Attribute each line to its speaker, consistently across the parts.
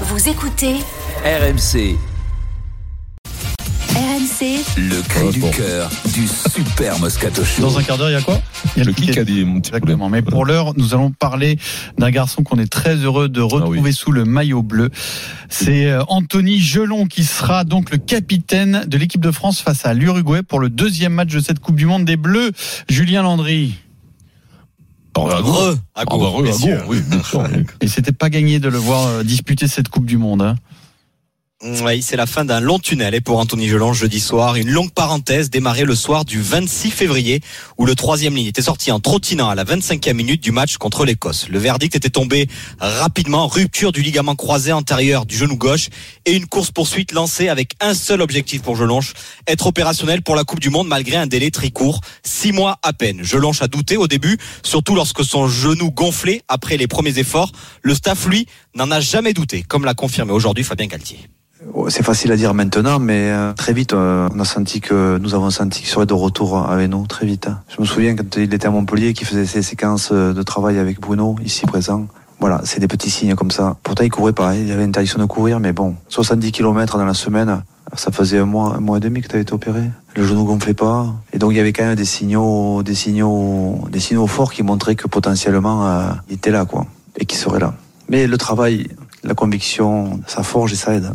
Speaker 1: Vous écoutez
Speaker 2: RMC,
Speaker 1: RMC
Speaker 2: le cri du cœur du super Moscato Show.
Speaker 3: Dans un quart d'heure, il y a quoi Il y a
Speaker 4: Le kick a dit mon petit poulet.
Speaker 3: Exactement. Mais pour l'heure, nous allons parler d'un garçon qu'on est très heureux de retrouver sous le maillot bleu. C'est euh, Anthony Gelon qui sera donc le capitaine de l'équipe de France face à l'Uruguay pour le deuxième match de cette Coupe du Monde des Bleus. Julien Landry.
Speaker 4: Ah, gros. Ah, bah, re, ah,
Speaker 5: messieurs.
Speaker 4: gros, oui, bien sûr. oui.
Speaker 3: Et c'était pas gagné de le voir euh, disputer cette Coupe du Monde. hein.
Speaker 5: Oui, c'est la fin d'un long tunnel et pour Anthony Gelon jeudi soir, une longue parenthèse démarrée le soir du 26 février où le troisième ligne était sorti en trottinant à la 25e minute du match contre l'Écosse. Le verdict était tombé rapidement, rupture du ligament croisé antérieur du genou gauche et une course-poursuite lancée avec un seul objectif pour Gelonche, être opérationnel pour la Coupe du Monde malgré un délai très court, six mois à peine. Gelonche a douté au début, surtout lorsque son genou gonflait après les premiers efforts. Le staff, lui, n'en a jamais douté, comme l'a confirmé aujourd'hui Fabien Galtier.
Speaker 6: Oh, C'est facile à dire maintenant, mais euh, très vite, euh, on a senti que nous avons senti qu'il serait de retour avec nous très vite. hein. Je me souviens quand il était à Montpellier, qu'il faisait ses séquences euh, de travail avec Bruno ici présent. Voilà, c'est des petits signes comme ça. Pourtant, il courait pas. hein. Il avait interdiction de courir, mais bon, 70 km dans la semaine, ça faisait un mois, un mois et demi que tu avais été opéré. Le genou gonflait pas, et donc il y avait quand même des signaux, des signaux, des signaux forts qui montraient que potentiellement euh, il était là, quoi, et qu'il serait là. Mais le travail, la conviction, ça forge et ça aide.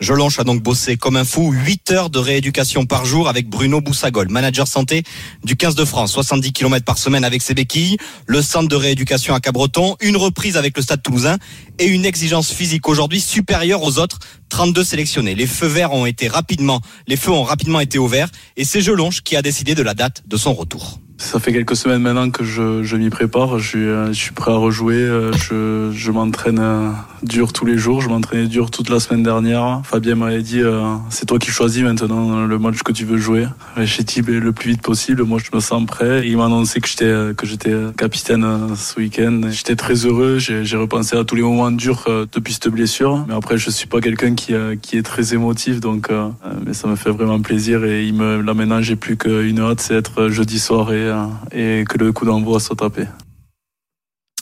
Speaker 5: Jolonche a donc bossé comme un fou, 8 heures de rééducation par jour avec Bruno Boussagol, manager santé du 15 de France, 70 km par semaine avec ses béquilles, le centre de rééducation à Cabreton, une reprise avec le stade toulousain et une exigence physique aujourd'hui supérieure aux autres, 32 sélectionnés. Les feux verts ont été rapidement, les feux ont rapidement été ouverts et c'est Jolonche qui a décidé de la date de son retour.
Speaker 7: Ça fait quelques semaines maintenant que je, je m'y prépare. Je suis, euh, je suis prêt à rejouer. euh, Je, je m'entraîne euh, dur tous les jours. Je m'entraînais dur toute la semaine dernière. Fabien m'avait dit euh, c'est toi qui choisis maintenant euh, le match que tu veux jouer. J'ai dit le plus vite possible. Moi, je me sens prêt. Il m'a annoncé que j'étais euh, que j'étais euh, capitaine euh, ce week-end. J'étais très heureux. J'ai j'ai repensé à tous les moments durs euh, depuis cette blessure. Mais après, je suis pas quelqu'un qui, euh, qui est très émotif, donc euh, euh, mais ça me fait vraiment plaisir. Et il me, là maintenant, j'ai plus qu'une hâte, c'est être euh, jeudi soir et, euh, et que le coup d'envoi soit tapé.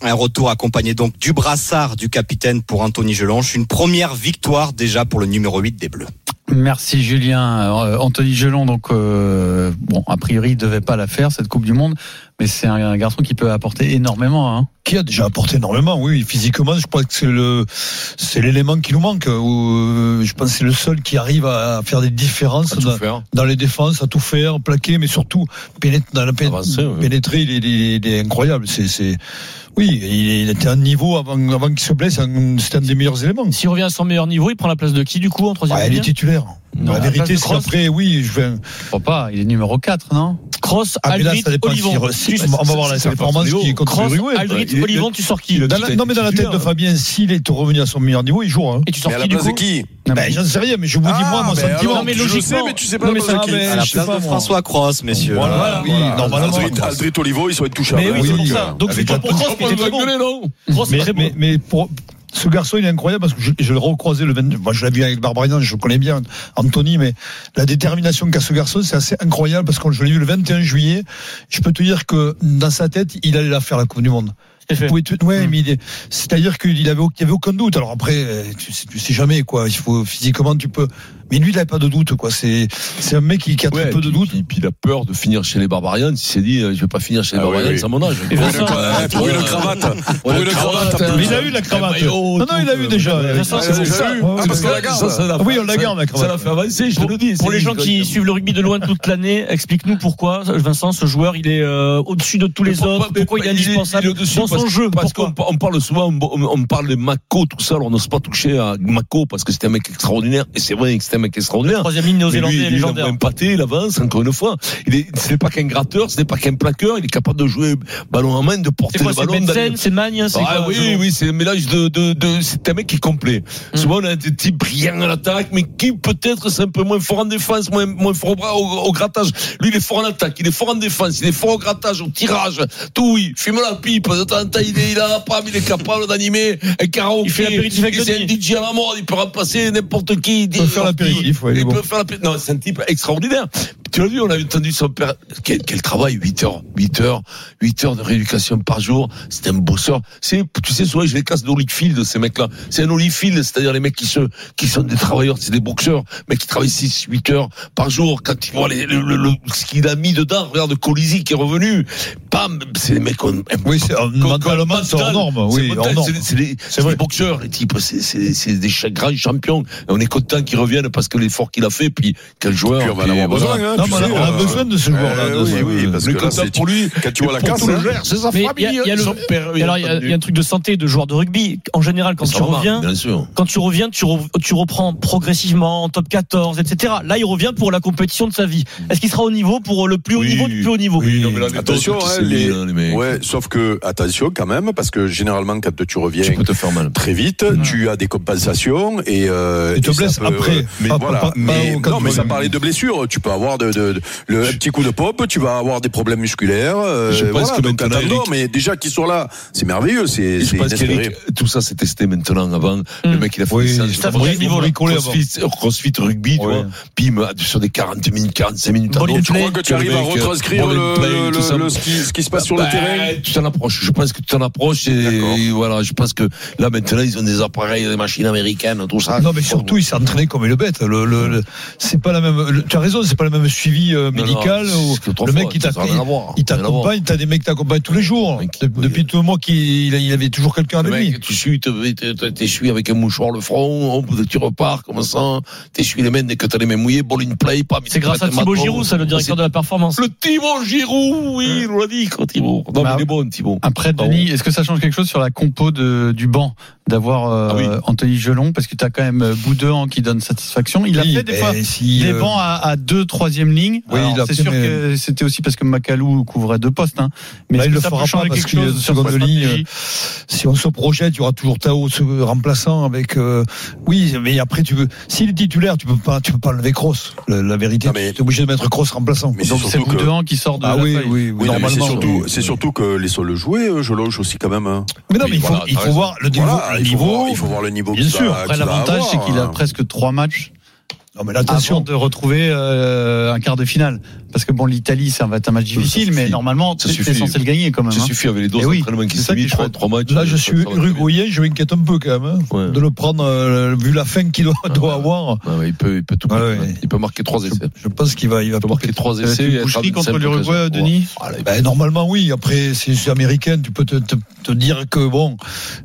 Speaker 5: Un retour accompagné donc du brassard du capitaine pour Anthony Gelonche, une première victoire déjà pour le numéro 8 des Bleus.
Speaker 3: Merci Julien. Euh, Anthony Gelon, donc, euh, bon, a priori, il devait pas la faire, cette Coupe du Monde, mais c'est un, un garçon qui peut apporter énormément. Hein.
Speaker 8: qui a déjà apporté énormément. Oui, physiquement, je pense que c'est le c'est l'élément qui nous manque. Ou je pense que c'est le seul qui arrive à faire des différences dans, dans les défenses, à tout faire, plaquer, mais surtout pénétrer, dans la pén-
Speaker 4: Avancer, oui.
Speaker 8: pénétrer. Il est, il est- il est incroyable. C'est c'est- oui, il, est- il était à un niveau avant avant qu'il se blesse. un- C'était un des meilleurs éléments.
Speaker 9: S'il revient à son meilleur niveau, il prend la place de qui du coup en troisième
Speaker 8: Ouais, il
Speaker 9: ligne
Speaker 8: est titulaire. Bah,
Speaker 9: Non,
Speaker 8: la
Speaker 9: la place de
Speaker 8: vérité, c'est
Speaker 9: Kroos.
Speaker 8: après. Oui, je vais.
Speaker 3: Je crois pas, il est numéro 4, non
Speaker 9: Cross,
Speaker 8: Ah, mais là,
Speaker 9: Aldrit,
Speaker 8: ça dépend si-
Speaker 9: Olivon.
Speaker 8: si-
Speaker 9: Tu-
Speaker 8: on va voir la
Speaker 4: c'est- c'est-
Speaker 8: performance
Speaker 4: c'est-
Speaker 8: qui contre
Speaker 9: Cross,
Speaker 8: l'Uruguay. Il
Speaker 9: Aldrit,
Speaker 8: est-
Speaker 9: Olivon, tu sors qui
Speaker 8: Dans la- non mais dans la tête de Fabien, s'il est revenu à son meilleur niveau, il joue. Hein.
Speaker 9: Et tu sors qui du coup
Speaker 4: qui
Speaker 3: Non, mais-
Speaker 8: Ben, j'en sais rien, mais je vous dis moi mon sentiment.
Speaker 9: alors, Non, mais
Speaker 4: je
Speaker 9: logiquement-
Speaker 4: sais, mais tu sais pas
Speaker 9: Non,
Speaker 4: la
Speaker 9: mais
Speaker 4: place
Speaker 9: ça
Speaker 4: de
Speaker 9: va,
Speaker 4: qui.
Speaker 9: mais-
Speaker 5: À la place de François Cross, messieurs.
Speaker 8: Voilà, oui, normalement.
Speaker 4: Aldrit, Aldrit Olivo, ils sont hein. intouchables.
Speaker 9: Mais oui, c'est pour ça. Donc c'est
Speaker 8: Avec
Speaker 9: pas
Speaker 8: la
Speaker 9: pour Cross, mais c'est très bon. Cross, c'est
Speaker 8: Mais,
Speaker 9: très bon.
Speaker 8: mais, mais pour, ce garçon, il est incroyable parce que je, je l'ai recroisé le 22. Moi, je l'ai vu avec Barbarian, je le connais bien Anthony, mais la détermination qu'a ce garçon, c'est assez incroyable parce que je l'ai vu le 21 juillet. Je peux te dire que dans sa tête, il allait la faire la Coupe du Monde.
Speaker 9: Tout à fait.
Speaker 8: Vous pouvez te- ouais, mais il est- c'est-à-dire qu'il avait, il y avait aucun doute. Alors après, euh, tu sais, tu sais jamais quoi. Il faut physiquement, tu peux. Mais lui, il n'avait pas de doute quoi. C'est, c'est un mec qui, qui a très peu de doute.
Speaker 10: Puis, puis il a peur de finir chez les Barbarians. Il s'est dit, euh, je vais pas finir chez les
Speaker 4: Ah oui,
Speaker 10: Barbarians
Speaker 4: oui.
Speaker 10: à mon âge.
Speaker 9: Et Vincent,
Speaker 4: Ouais, Pour une cravate. Pour une cravate.
Speaker 10: hein.
Speaker 8: Mais il a eu la cravate.
Speaker 10: maillot,
Speaker 8: non, non, il a
Speaker 10: tout,
Speaker 8: eu déjà.
Speaker 10: euh,
Speaker 8: Eric.
Speaker 9: Vincent,
Speaker 8: C'est
Speaker 4: c'est
Speaker 8: pour
Speaker 4: déjà
Speaker 8: ça.
Speaker 4: eu.
Speaker 8: Ouais,
Speaker 4: Ah,
Speaker 8: ouais.
Speaker 4: parce qu'on la garde.
Speaker 10: Ça, ça l'a
Speaker 8: Ah oui,
Speaker 10: fait-
Speaker 8: on la garde, la
Speaker 10: ça-
Speaker 8: cravate.
Speaker 10: Ça l'a fait avancer, je te le dis.
Speaker 9: Pour
Speaker 10: c'est
Speaker 9: les gens
Speaker 10: une-
Speaker 9: qui suivent le rugby de loin toute l'année, explique-nous pourquoi, Vincent, ce joueur, il est euh, au-dessus de tous les
Speaker 10: Pourquoi-
Speaker 9: autres. Pourquoi il est indispensable
Speaker 10: il est au-dessus
Speaker 9: dans son
Speaker 10: parce-
Speaker 9: jeu
Speaker 10: Parce qu'on
Speaker 9: Pourquoi
Speaker 10: on parle souvent, on, on parle de Mako, tout ça, alors on n'ose pas toucher à Mako parce que c'était un mec extraordinaire, et c'est vrai que c'était un mec extraordinaire.
Speaker 9: Troisième ligne
Speaker 10: Mais lui,
Speaker 9: néo-zélandais
Speaker 10: lui, il envoie
Speaker 9: légendaire.
Speaker 10: un pâté, il avance, encore une fois. Il est, ce n'est pas qu'un gratteur, ce n'est pas qu'un plaqueur, il est capable de jouer ballon en main, de porter
Speaker 9: C'est quoi
Speaker 10: le
Speaker 9: C'est
Speaker 10: ballon. d'aller-
Speaker 9: Benzen, c'est Magne, c'est
Speaker 10: Ah
Speaker 9: quoi,
Speaker 10: oui,
Speaker 9: Gelon
Speaker 10: oui, c'est un mélange de, de, de c'est un mec qui est complet.
Speaker 9: Mm.
Speaker 10: Souvent, on a des types brillants à l'attaque, mais qui peut-être c'est un peu moins fort en défense, moins, moins fort au, bras, au, au grattage. Lui, il est fort en attaque, il est fort en défense, il est fort au grattage, au tirage, tout oui. Fume la pipe, de temps en temps, il est, il a la pâme, il est capable d'animer un karaoké.
Speaker 9: Il fait l'apéritif avec
Speaker 10: Il- C'est un
Speaker 9: Denis.
Speaker 10: DJ à la mort, il peut remplacer n'importe qui.
Speaker 8: Il peut faire l'apéritif, ouais, il est
Speaker 10: il
Speaker 8: bon.
Speaker 10: peut faire l'apéritif. Non, c'est un type extraordinaire. Tu l'as vu, on a entendu son père. Quel, quel travail, 8 heures, 8 heures, 8 heures de rééducation par jour. C'est un bosseur. C'est, tu sais, souvent, je les casse d'Holyfield, ces mecs-là. C'est un Holyfield, c'est-à-dire les mecs qui se, qui sont des travailleurs, c'est des boxeurs, mais qui travaillent 6, 8 heures par jour. Quand tu vois les- le- le- le- ce qu'il a mis dedans, regarde Colisi qui est revenu. Bam! C'est des mecs qu'on,
Speaker 8: Oui, c'est- mentalement, c'est hors norme.
Speaker 10: c'est
Speaker 8: Oui,
Speaker 10: mental,
Speaker 8: hors norme.
Speaker 10: c'est des- C'est des, c'est
Speaker 8: vrai.
Speaker 10: des boxeurs, les types. C'est- C'est c'est des cha- grands champions. Et on est content qu'ils reviennent parce que l'effort qu'il a fait, puis quel joueur.
Speaker 4: Puis on va en
Speaker 10: puis
Speaker 4: avoir
Speaker 10: voilà.
Speaker 4: besoin, hein,
Speaker 8: Non,
Speaker 4: tu
Speaker 8: mais
Speaker 4: sais,
Speaker 8: on a
Speaker 4: euh,
Speaker 8: besoin de ce joueur-là.
Speaker 4: euh,
Speaker 8: de
Speaker 4: oui,
Speaker 8: ce-
Speaker 4: oui, parce
Speaker 10: On est
Speaker 4: que là,
Speaker 10: content
Speaker 4: c'est-
Speaker 10: pour lui.
Speaker 4: Quand tu vois la
Speaker 10: pour
Speaker 4: casse,
Speaker 10: tout le
Speaker 4: hein.
Speaker 10: Gers, c'est sa
Speaker 9: Mais
Speaker 10: famille,
Speaker 9: il y a- il y a le-
Speaker 10: son père.
Speaker 9: Et alors, il y, a- il y a un truc de santé de joueur de rugby. En général, quand
Speaker 10: Ça
Speaker 9: tu
Speaker 10: remarque,
Speaker 9: reviens,
Speaker 10: Bien sûr.
Speaker 9: quand tu reviens, tu, re- tu reprends progressivement en top 14, etc. Là, il revient pour la compétition de sa vie. Est-ce qu'il sera au niveau pour euh, le plus haut
Speaker 10: Oui.
Speaker 9: niveau du plus haut niveau
Speaker 10: Oui, non, mais là, les
Speaker 4: Attention,
Speaker 10: autres qui
Speaker 4: hein,
Speaker 10: s'est
Speaker 4: les-
Speaker 10: mis, hein, les mecs.
Speaker 4: Ouais, sauf que, attention quand même, parce que généralement, quand tu reviens
Speaker 10: Tu peux te faire mal.
Speaker 4: très vite, tu as des compensations et. Euh,
Speaker 8: Tu te
Speaker 4: et ça
Speaker 8: blesses
Speaker 4: peut-
Speaker 8: après.
Speaker 4: Mais
Speaker 8: Pas-
Speaker 4: voilà.
Speaker 8: pas- pas
Speaker 4: mais,
Speaker 8: au cas
Speaker 4: non,
Speaker 8: de
Speaker 4: mais ça
Speaker 8: problème.
Speaker 4: parlait de blessures. Tu peux avoir de, de- de- le, un petit coup de pop, tu vas avoir des problèmes musculaires. euh,
Speaker 10: Je pense
Speaker 4: voilà,
Speaker 10: que
Speaker 4: donc
Speaker 10: maintenant,
Speaker 4: attendons,
Speaker 10: Eric-
Speaker 4: mais déjà qu'ils sont là, c'est merveilleux, c'est
Speaker 10: Et
Speaker 4: c'est
Speaker 10: je pense
Speaker 4: inespéré.
Speaker 10: qu'Eric, tout ça c'est testé maintenant avant. Le mec il a fait
Speaker 8: Hmm. Oui,
Speaker 10: des séances
Speaker 8: ça
Speaker 10: de
Speaker 8: faisait
Speaker 10: crossfit,
Speaker 8: niveau, là.
Speaker 10: crossfit, euh, crossfit rugby, tu
Speaker 8: Oui.
Speaker 10: vois. Bim, sur des 40 minutes, 45 minutes.
Speaker 9: Body
Speaker 10: Donc,
Speaker 4: Tu crois que tu
Speaker 10: le
Speaker 4: arrives à
Speaker 10: mec,
Speaker 4: retranscrire
Speaker 10: ball
Speaker 4: le,
Speaker 10: and play,
Speaker 4: le-
Speaker 10: tout
Speaker 4: le-
Speaker 10: ça.
Speaker 4: le- ce, qui, ce qui se passe sur
Speaker 10: Bah,
Speaker 4: le terrain
Speaker 10: Tu t'en approches. Je pense que tu t'en approches. Et
Speaker 4: D'accord.
Speaker 10: voilà, je pense que là maintenant ils ont des appareils, des machines américaines, tout ça.
Speaker 8: Non, mais surtout, il s'est entraîné comme une bête. Le, le, le- c'est pas la même. le- tu as raison, c'est pas le même suivi euh,
Speaker 10: Non, non,
Speaker 8: médical.
Speaker 10: c'est
Speaker 8: où
Speaker 10: ce que trois
Speaker 8: le mec
Speaker 10: fois,
Speaker 8: qui
Speaker 10: ça
Speaker 8: t'ac-
Speaker 10: n'a rien à voir,
Speaker 8: il
Speaker 10: rien à voir.
Speaker 8: t'accompagne, t'as des mecs qui t'accompagnent tous les jours.
Speaker 10: Mec,
Speaker 8: De-
Speaker 10: oui.
Speaker 8: depuis tout le mois qu'il il avait toujours quelqu'un
Speaker 10: Le
Speaker 8: avec lui.
Speaker 10: mec, tu suis, te- te- te- t'essuies avec un mouchoir le front, au bout de- tu repars comme ça, t'essuies les mains dès que t'as les mains mouillées, ball in play, pas
Speaker 9: C'est grâce à Thibaut Giroud, ça, le directeur de la performance.
Speaker 10: Le Thibaut Giroud, oui, on l'a dit, quoi, Thibaut. Non, mais
Speaker 3: Bah,
Speaker 10: il est bon, Thibaut.
Speaker 3: Après,
Speaker 10: Bon.
Speaker 3: Denis, est-ce que ça change quelque chose sur la compo de, du banc d'avoir euh,
Speaker 10: Ah oui.
Speaker 3: Anthony Gelon Parce que tu as quand même euh, Boudin qui donne satisfaction. Il a
Speaker 8: Oui,
Speaker 3: fait des
Speaker 8: ben,
Speaker 3: fois
Speaker 8: si,
Speaker 3: des
Speaker 8: euh,
Speaker 3: bancs à, à deux, troisième ligne.
Speaker 8: Oui,
Speaker 3: Alors,
Speaker 8: il a
Speaker 3: C'est
Speaker 8: fait,
Speaker 3: sûr
Speaker 8: mais-
Speaker 3: que c'était aussi parce que Macalou couvrait deux postes. Hein. Mais
Speaker 8: Là, Bah, il
Speaker 3: est-ce que
Speaker 8: le
Speaker 3: ça peut
Speaker 8: fera pas
Speaker 3: changer
Speaker 8: parce
Speaker 3: quelque
Speaker 8: qu'il est
Speaker 3: chose sur sa
Speaker 8: seconde ligne. euh,
Speaker 3: stratégie
Speaker 8: Si on se projette, il y aura toujours Tao ce remplaçant avec. euh, oui, mais après tu veux. S'il est titulaire, tu peux pas, tu peux pas lever Cross. La, la vérité,
Speaker 4: Non, mais-
Speaker 8: tu es obligé de mettre Cross remplaçant.
Speaker 4: Mais
Speaker 3: Donc c'est
Speaker 4: surtout que-
Speaker 3: Boudin qui sort de
Speaker 8: Ah
Speaker 3: la
Speaker 8: oui,
Speaker 3: feuille.
Speaker 8: oui, oui,
Speaker 4: Oui, non, mais c'est
Speaker 8: normalement,
Speaker 4: surtout,
Speaker 8: oui.
Speaker 4: c'est surtout que laissons-le jouer, euh, je loge aussi quand même. hein.
Speaker 8: Mais non,
Speaker 10: Oui,
Speaker 8: mais il faut,
Speaker 10: voilà,
Speaker 8: il
Speaker 10: t'as
Speaker 8: faut
Speaker 10: raison.
Speaker 8: voir le niveau.
Speaker 4: Voilà, il faut,
Speaker 8: niveau.
Speaker 4: voir, il faut voir le niveau
Speaker 8: Bien
Speaker 4: qu'il va-
Speaker 8: sûr.
Speaker 3: Après,
Speaker 4: qu'il va
Speaker 3: l'avantage,
Speaker 4: avoir,
Speaker 3: c'est qu'il a
Speaker 4: hein.
Speaker 3: presque trois matchs
Speaker 8: Non, mais là, attention.
Speaker 3: avant de retrouver euh, un quart de finale. Parce que bon, l'Italie, ça va être un match difficile, mais
Speaker 10: suffit.
Speaker 3: normalement,
Speaker 10: Ça
Speaker 3: t'es t'es
Speaker 10: suffit.
Speaker 3: censé le gagner quand même.
Speaker 10: Ça
Speaker 3: hein.
Speaker 10: suffit avec les deux
Speaker 3: Eh oui,
Speaker 10: entraînements qui
Speaker 3: c'est
Speaker 10: se
Speaker 3: ça qui est
Speaker 10: mis, trois,
Speaker 3: chouette.
Speaker 10: trois matchs.
Speaker 8: Là, je
Speaker 10: ça-
Speaker 8: suis
Speaker 10: ça va très bien.
Speaker 8: uruguayen, je m'inquiète un peu quand même, hein,
Speaker 10: Ouais.
Speaker 8: de le prendre, euh, vu la fin qu'il doit, doit avoir.
Speaker 10: Ah ouais, il peut, il peut tout
Speaker 8: Ouais,
Speaker 10: marquer,
Speaker 8: ouais.
Speaker 10: hein. Il peut marquer trois
Speaker 8: Je,
Speaker 10: essais. Il
Speaker 8: je pense qu'il va, il va
Speaker 10: peut marquer trois
Speaker 3: Ça va être
Speaker 10: essais.
Speaker 3: une
Speaker 10: et être à
Speaker 3: boucherie contre
Speaker 10: 25
Speaker 3: l'Uruguay,
Speaker 10: occasions.
Speaker 3: Denis
Speaker 10: Voilà, il va-
Speaker 8: Ben, normalement, oui. Après, c'est c'est américaine. Tu peux te, te- te dire que, bon,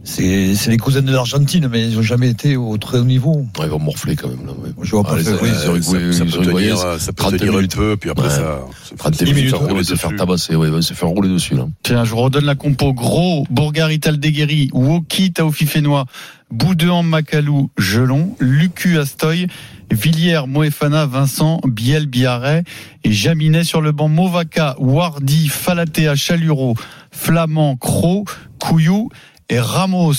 Speaker 8: c'est c'est les cousins de l'Argentine, mais ils n'ont jamais été au très haut niveau.
Speaker 10: Ils vont morfler quand même, là, ouais.
Speaker 8: Je vois pas.
Speaker 10: Ah, les-
Speaker 8: faire-
Speaker 10: euh,
Speaker 8: oui,
Speaker 10: les Uruguayens,
Speaker 4: Ça- ça
Speaker 10: les
Speaker 4: peut
Speaker 10: Uruguayens,
Speaker 4: tenir, euh, ça peut
Speaker 10: 30
Speaker 4: tenir un
Speaker 10: minutes.
Speaker 4: peu, puis après
Speaker 10: Ouais.
Speaker 4: ça.
Speaker 10: Ah,
Speaker 4: ça-
Speaker 10: des minutes,
Speaker 8: minutes,
Speaker 10: on va
Speaker 4: ouais,
Speaker 10: se faire
Speaker 4: dessus.
Speaker 10: tabasser, ouais, il va se faire rouler dessus, là.
Speaker 3: Tiens, je redonne la compo. Gros, Bourgari, Taldeguerri, Woki, Taofi Fénois, Boudéan, Macalou, Gelon, Lucu, Astoy, Villiers, Moefana, Vincent, Biel, Biarret et Jaminet sur le banc. Movaca, Wardi, Falatea, Chaluro, Flamand, Cro, Couillou et Ramos.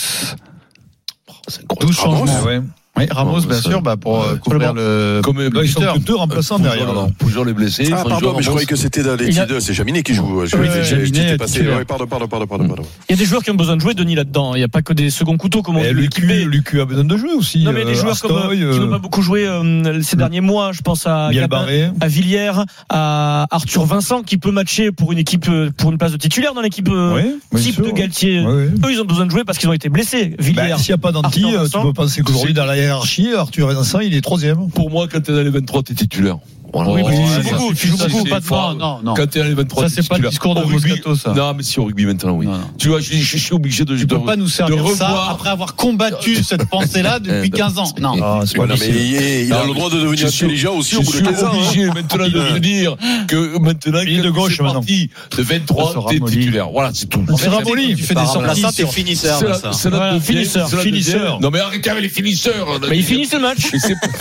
Speaker 10: C'est incroyable.
Speaker 3: 12 changements.
Speaker 8: ouais.
Speaker 3: Oui, Ramos,
Speaker 10: Ramos,
Speaker 3: bien
Speaker 10: euh,
Speaker 3: sûr, bah, pour euh,
Speaker 10: ouais,
Speaker 3: couvrir le.
Speaker 10: Comme euh,
Speaker 8: Là, ils sont
Speaker 3: buteur.
Speaker 8: que deux remplaçants
Speaker 10: Poujol,
Speaker 8: derrière. là.
Speaker 10: alors, Poujol est blessé.
Speaker 4: Ah, pardon, mais je croyais que c'était dans les
Speaker 9: Il a-
Speaker 4: deux. C'est Jaminet qui joue. Je-
Speaker 3: Ouais,
Speaker 4: je- je- je
Speaker 3: Jaminet,
Speaker 4: t'ai passé.
Speaker 3: titulaire.
Speaker 4: Ouais, Pardon, pardon, pardon, pardon. pardon.
Speaker 9: Il y a des joueurs qui ont besoin de jouer, Denis, là-dedans. Il n'y a pas que des seconds couteaux, comme on dit.
Speaker 8: Et
Speaker 9: l'équipe
Speaker 8: Lucu,
Speaker 9: B.
Speaker 8: Lucu a besoin de jouer aussi.
Speaker 9: Non, mais des
Speaker 8: euh,
Speaker 9: joueurs comme, euh,
Speaker 8: Astoy,
Speaker 9: qui n'ont
Speaker 8: euh,
Speaker 9: pas beaucoup joué euh, ces derniers mois. Je pense à
Speaker 8: Biel
Speaker 9: Gabin,
Speaker 8: Barré.
Speaker 9: à Villiers, à Arthur Vincent, qui peut matcher pour une équipe, euh, pour une place de titulaire dans l'équipe euh,
Speaker 8: Ouais, bien
Speaker 9: type
Speaker 8: sûr.
Speaker 9: de Galtier.
Speaker 8: Ouais, ouais.
Speaker 9: Eux, ils ont besoin de jouer parce qu'ils ont été blessés. Villiers.
Speaker 8: Ben, S'il n'y a pas d'anti,
Speaker 9: Arthur
Speaker 8: euh, tu
Speaker 9: Vincent.
Speaker 8: peux penser qu'aujourd'hui, dans la hiérarchie, Arthur Vincent, il est troisième.
Speaker 10: Pour moi, quand t'es dans les 23, t'es titulaire. Voilà.
Speaker 3: Oui, mais
Speaker 10: Oh, Ouais,
Speaker 3: tu joues
Speaker 10: ça,
Speaker 3: beaucoup,
Speaker 10: c'est-
Speaker 3: tu joues
Speaker 10: c'est-
Speaker 3: beaucoup,
Speaker 10: c'est
Speaker 3: pas de
Speaker 10: fort.
Speaker 3: moi, non, non.
Speaker 10: Quand t'es dans les 23,
Speaker 3: Ça,
Speaker 10: t'es
Speaker 3: c'est pas le
Speaker 10: titulaire.
Speaker 3: discours de
Speaker 10: Au rugby-
Speaker 3: Moscato, ça.
Speaker 10: Non, mais si, au rugby maintenant, oui.
Speaker 3: Non, non.
Speaker 10: Tu vois, je, je- je suis obligé de.
Speaker 3: Tu
Speaker 10: de-
Speaker 3: peux pas nous
Speaker 10: de
Speaker 3: servir ça
Speaker 10: revoir. Euh,
Speaker 3: après avoir combattu cette pensée-là depuis 15 ans. Non.
Speaker 8: Ah, c'est
Speaker 4: Ouais,
Speaker 8: pas
Speaker 4: non, mais
Speaker 8: possible.
Speaker 4: il est- il
Speaker 10: Non,
Speaker 4: a le
Speaker 10: mais
Speaker 4: droit de devenir
Speaker 10: je suis-
Speaker 4: intelligent aussi
Speaker 10: Je
Speaker 4: au bout de
Speaker 10: suis
Speaker 4: 15 ans. hein.
Speaker 10: obligé maintenant de me dire que maintenant,
Speaker 8: Il est de
Speaker 10: quand
Speaker 8: gauche,
Speaker 10: c'est
Speaker 8: maintenant.
Speaker 10: parti de
Speaker 3: Ça, c'est
Speaker 10: 23, t'es
Speaker 3: Ramolli.
Speaker 10: titulaire. Voilà, c'est tout.
Speaker 8: C'est Ramolli.
Speaker 3: Tu fais des
Speaker 5: Par
Speaker 3: sorties
Speaker 5: remplaçant, t'es
Speaker 3: sur-
Speaker 5: finisseur.
Speaker 10: C'est la-
Speaker 5: ça.
Speaker 10: c'est la
Speaker 9: Voilà,
Speaker 10: deuxième-
Speaker 9: finisseur,
Speaker 10: c'est la
Speaker 9: finisseur.
Speaker 10: deuxième. Non, mais arrêtez avec les
Speaker 4: hein,
Speaker 10: finisseurs.
Speaker 9: Mais ils finissent le match.
Speaker 10: Mais c'est-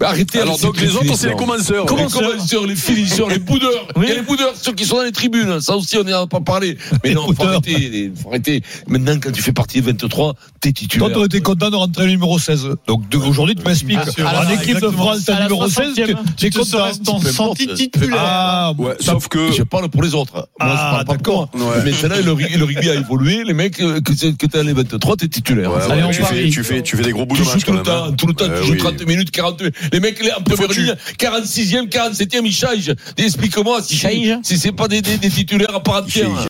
Speaker 10: Mais arrêtez
Speaker 4: Alors,
Speaker 10: avec
Speaker 4: donc,
Speaker 10: ces
Speaker 4: les autres, c'est les
Speaker 10: finisseurs.
Speaker 4: commenceurs.
Speaker 10: Comment
Speaker 9: Commenceurs.
Speaker 10: les commenceurs, les finisseurs, les boudeurs
Speaker 9: Oui.
Speaker 10: Il y a les boudeurs, ceux qui sont dans les tribunes. Ça aussi, on n'y a pas parlé. Mais non, faut
Speaker 8: boudeurs.
Speaker 10: arrêter, les- faut arrêter. Maintenant, quand tu fais partie des 23, t'es titulaire.
Speaker 8: Toi, t'aurais été content de rentrer numéro 16. Donc de- aujourd'hui, tu m'expliques.
Speaker 3: Bien sûr.
Speaker 8: En
Speaker 3: Voilà,
Speaker 8: équipe de
Speaker 3: exactement.
Speaker 8: France,
Speaker 9: À
Speaker 8: t'as
Speaker 9: la
Speaker 8: numéro 16,
Speaker 9: 60e,
Speaker 8: t'es- t'es
Speaker 3: Tu te
Speaker 8: content.
Speaker 3: serais senti titulaire.
Speaker 8: Ah,
Speaker 4: Ouais, sauf que.
Speaker 10: Je parle pour les autres. Moi,
Speaker 8: Ah,
Speaker 10: je parle pas
Speaker 8: d'accord.
Speaker 10: pour moi. Mais maintenant, le, rig- le rugby a évolué. Les mecs, euh, que, t'es- que t'es à les 23, t'es titulaire.
Speaker 4: Ouais,
Speaker 10: Ça,
Speaker 4: ouais,
Speaker 3: on
Speaker 4: tu,
Speaker 3: parie.
Speaker 4: fais, tu, fais, tu fais des gros bouts de
Speaker 10: Tu joues
Speaker 4: match
Speaker 10: tout
Speaker 4: quand
Speaker 10: le
Speaker 4: même. hein.
Speaker 10: temps, tout le temps,
Speaker 4: Euh,
Speaker 10: tu joues
Speaker 4: oui.
Speaker 10: 30 minutes, 40 minutes. Les mecs, les, en première ligne, 46 46e, 47e, il change. Explique-moi si,
Speaker 9: Change
Speaker 10: si c'est pas des, des- des titulaires à part entière.